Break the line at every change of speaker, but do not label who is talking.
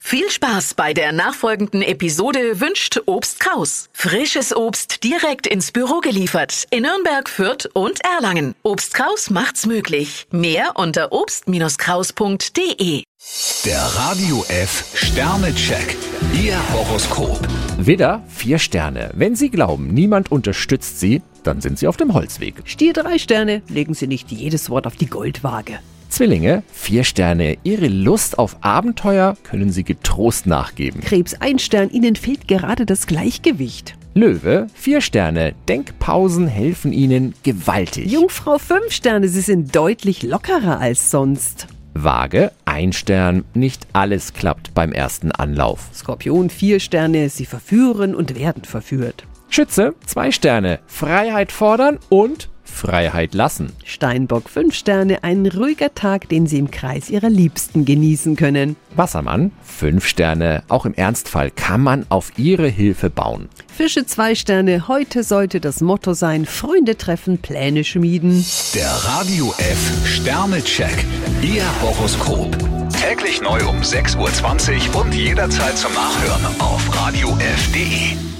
Viel Spaß bei der nachfolgenden Episode wünscht Obst Kraus. Frisches Obst direkt ins Büro geliefert in Nürnberg, Fürth und Erlangen. Obst Kraus macht's möglich. Mehr unter obst-kraus.de.
Der Radio F Sternecheck. Ihr Horoskop.
Widder, vier Sterne. Wenn Sie glauben, niemand unterstützt Sie, dann sind Sie auf dem Holzweg.
Stier drei Sterne, legen Sie nicht jedes Wort auf die Goldwaage.
Zwillinge, vier Sterne. Ihre Lust auf Abenteuer können Sie getrost nachgeben.
Krebs ein Stern, Ihnen fehlt gerade das Gleichgewicht.
Löwe, vier Sterne. Denkpausen helfen Ihnen gewaltig.
Jungfrau fünf Sterne, Sie sind deutlich lockerer als sonst.
Waage, ein Stern. Nicht alles klappt beim ersten Anlauf.
Skorpion vier Sterne, Sie verführen und werden verführt.
Schütze, zwei Sterne. Freiheit fordern und Freiheit lassen.
Steinbock fünf Sterne, ein ruhiger Tag, den Sie im Kreis Ihrer Liebsten genießen können.
Wassermann, fünf Sterne. Auch im Ernstfall kann man auf Ihre Hilfe bauen.
Fische zwei Sterne, heute sollte das Motto sein, Freunde treffen, Pläne schmieden.
Der Radio F Sternecheck. Ihr Horoskop. Täglich neu um 6.20 Uhr und jederzeit zum Nachhören auf Radio radiof.de.